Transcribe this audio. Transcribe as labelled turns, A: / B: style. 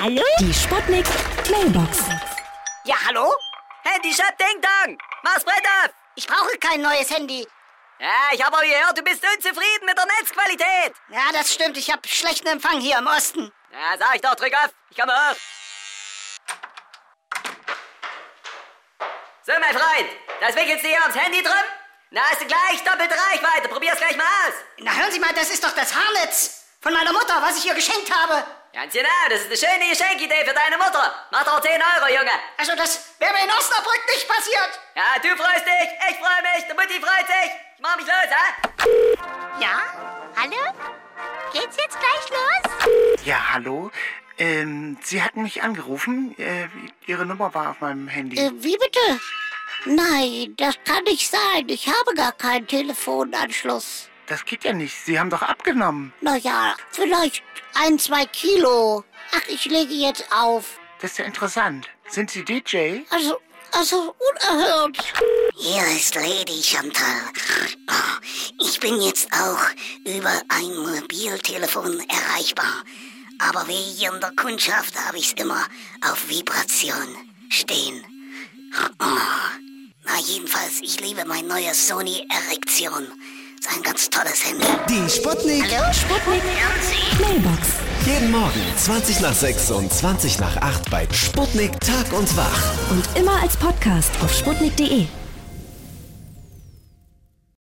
A: Hallo?
B: Die Sputnik Mailbox.
C: Ja, hallo? Handy Shop Ding Dong! Mach's Brett auf!
A: Ich brauche kein neues Handy.
C: Ja, ich habe auch gehört, du bist unzufrieden mit der Netzqualität!
A: Ja, das stimmt. Ich habe schlechten Empfang hier im Osten.
C: Ja, sag ich doch, drück auf! Ich komme hoch! So, mein Freund, das wickelst du hier ums Handy drum? Na, hast du gleich doppelte Reichweite, probier's gleich mal aus!
A: Na, hören Sie mal, das ist doch das Haarnetz von meiner Mutter, was ich ihr geschenkt habe.
C: Ganz genau, das ist eine schöne Geschenkidee für deine Mutter! Mach doch 10 Euro, Junge!
A: Also, das wäre mir in Osnabrück nicht passiert.
C: Ja, du freust dich, ich freue mich, die Mutti freut sich! Ich mach mich los, hä?
D: Ja? Hallo? Geht's jetzt gleich los?
E: Ja, hallo. Ähm, Sie hatten mich angerufen. Äh, Ihre Nummer war auf meinem Handy.
D: Äh, wie bitte? Nein, das kann nicht sein. Ich habe gar keinen Telefonanschluss.
E: Das geht ja nicht. Sie haben doch abgenommen.
D: Naja, vielleicht ein, zwei Kilo. Ach, ich lege jetzt auf.
E: Das ist ja interessant. Sind Sie DJ?
D: Also, also unerhört.
F: Hier ist Lady Chantal. Ich bin jetzt auch über ein Mobiltelefon erreichbar. Aber wegen der Kundschaft habe ich es immer auf Vibration stehen. Na jedenfalls, ich liebe mein neues Sony Erektion. Ist ein ganz tolles Handy.
G: Die Sputnik.
D: Sputnik.
B: Mailbox.
G: Jeden Morgen 20 nach 6 und 20 nach 8 bei Sputnik Tag und Wach.
B: Und immer als Podcast auf sputnik.de.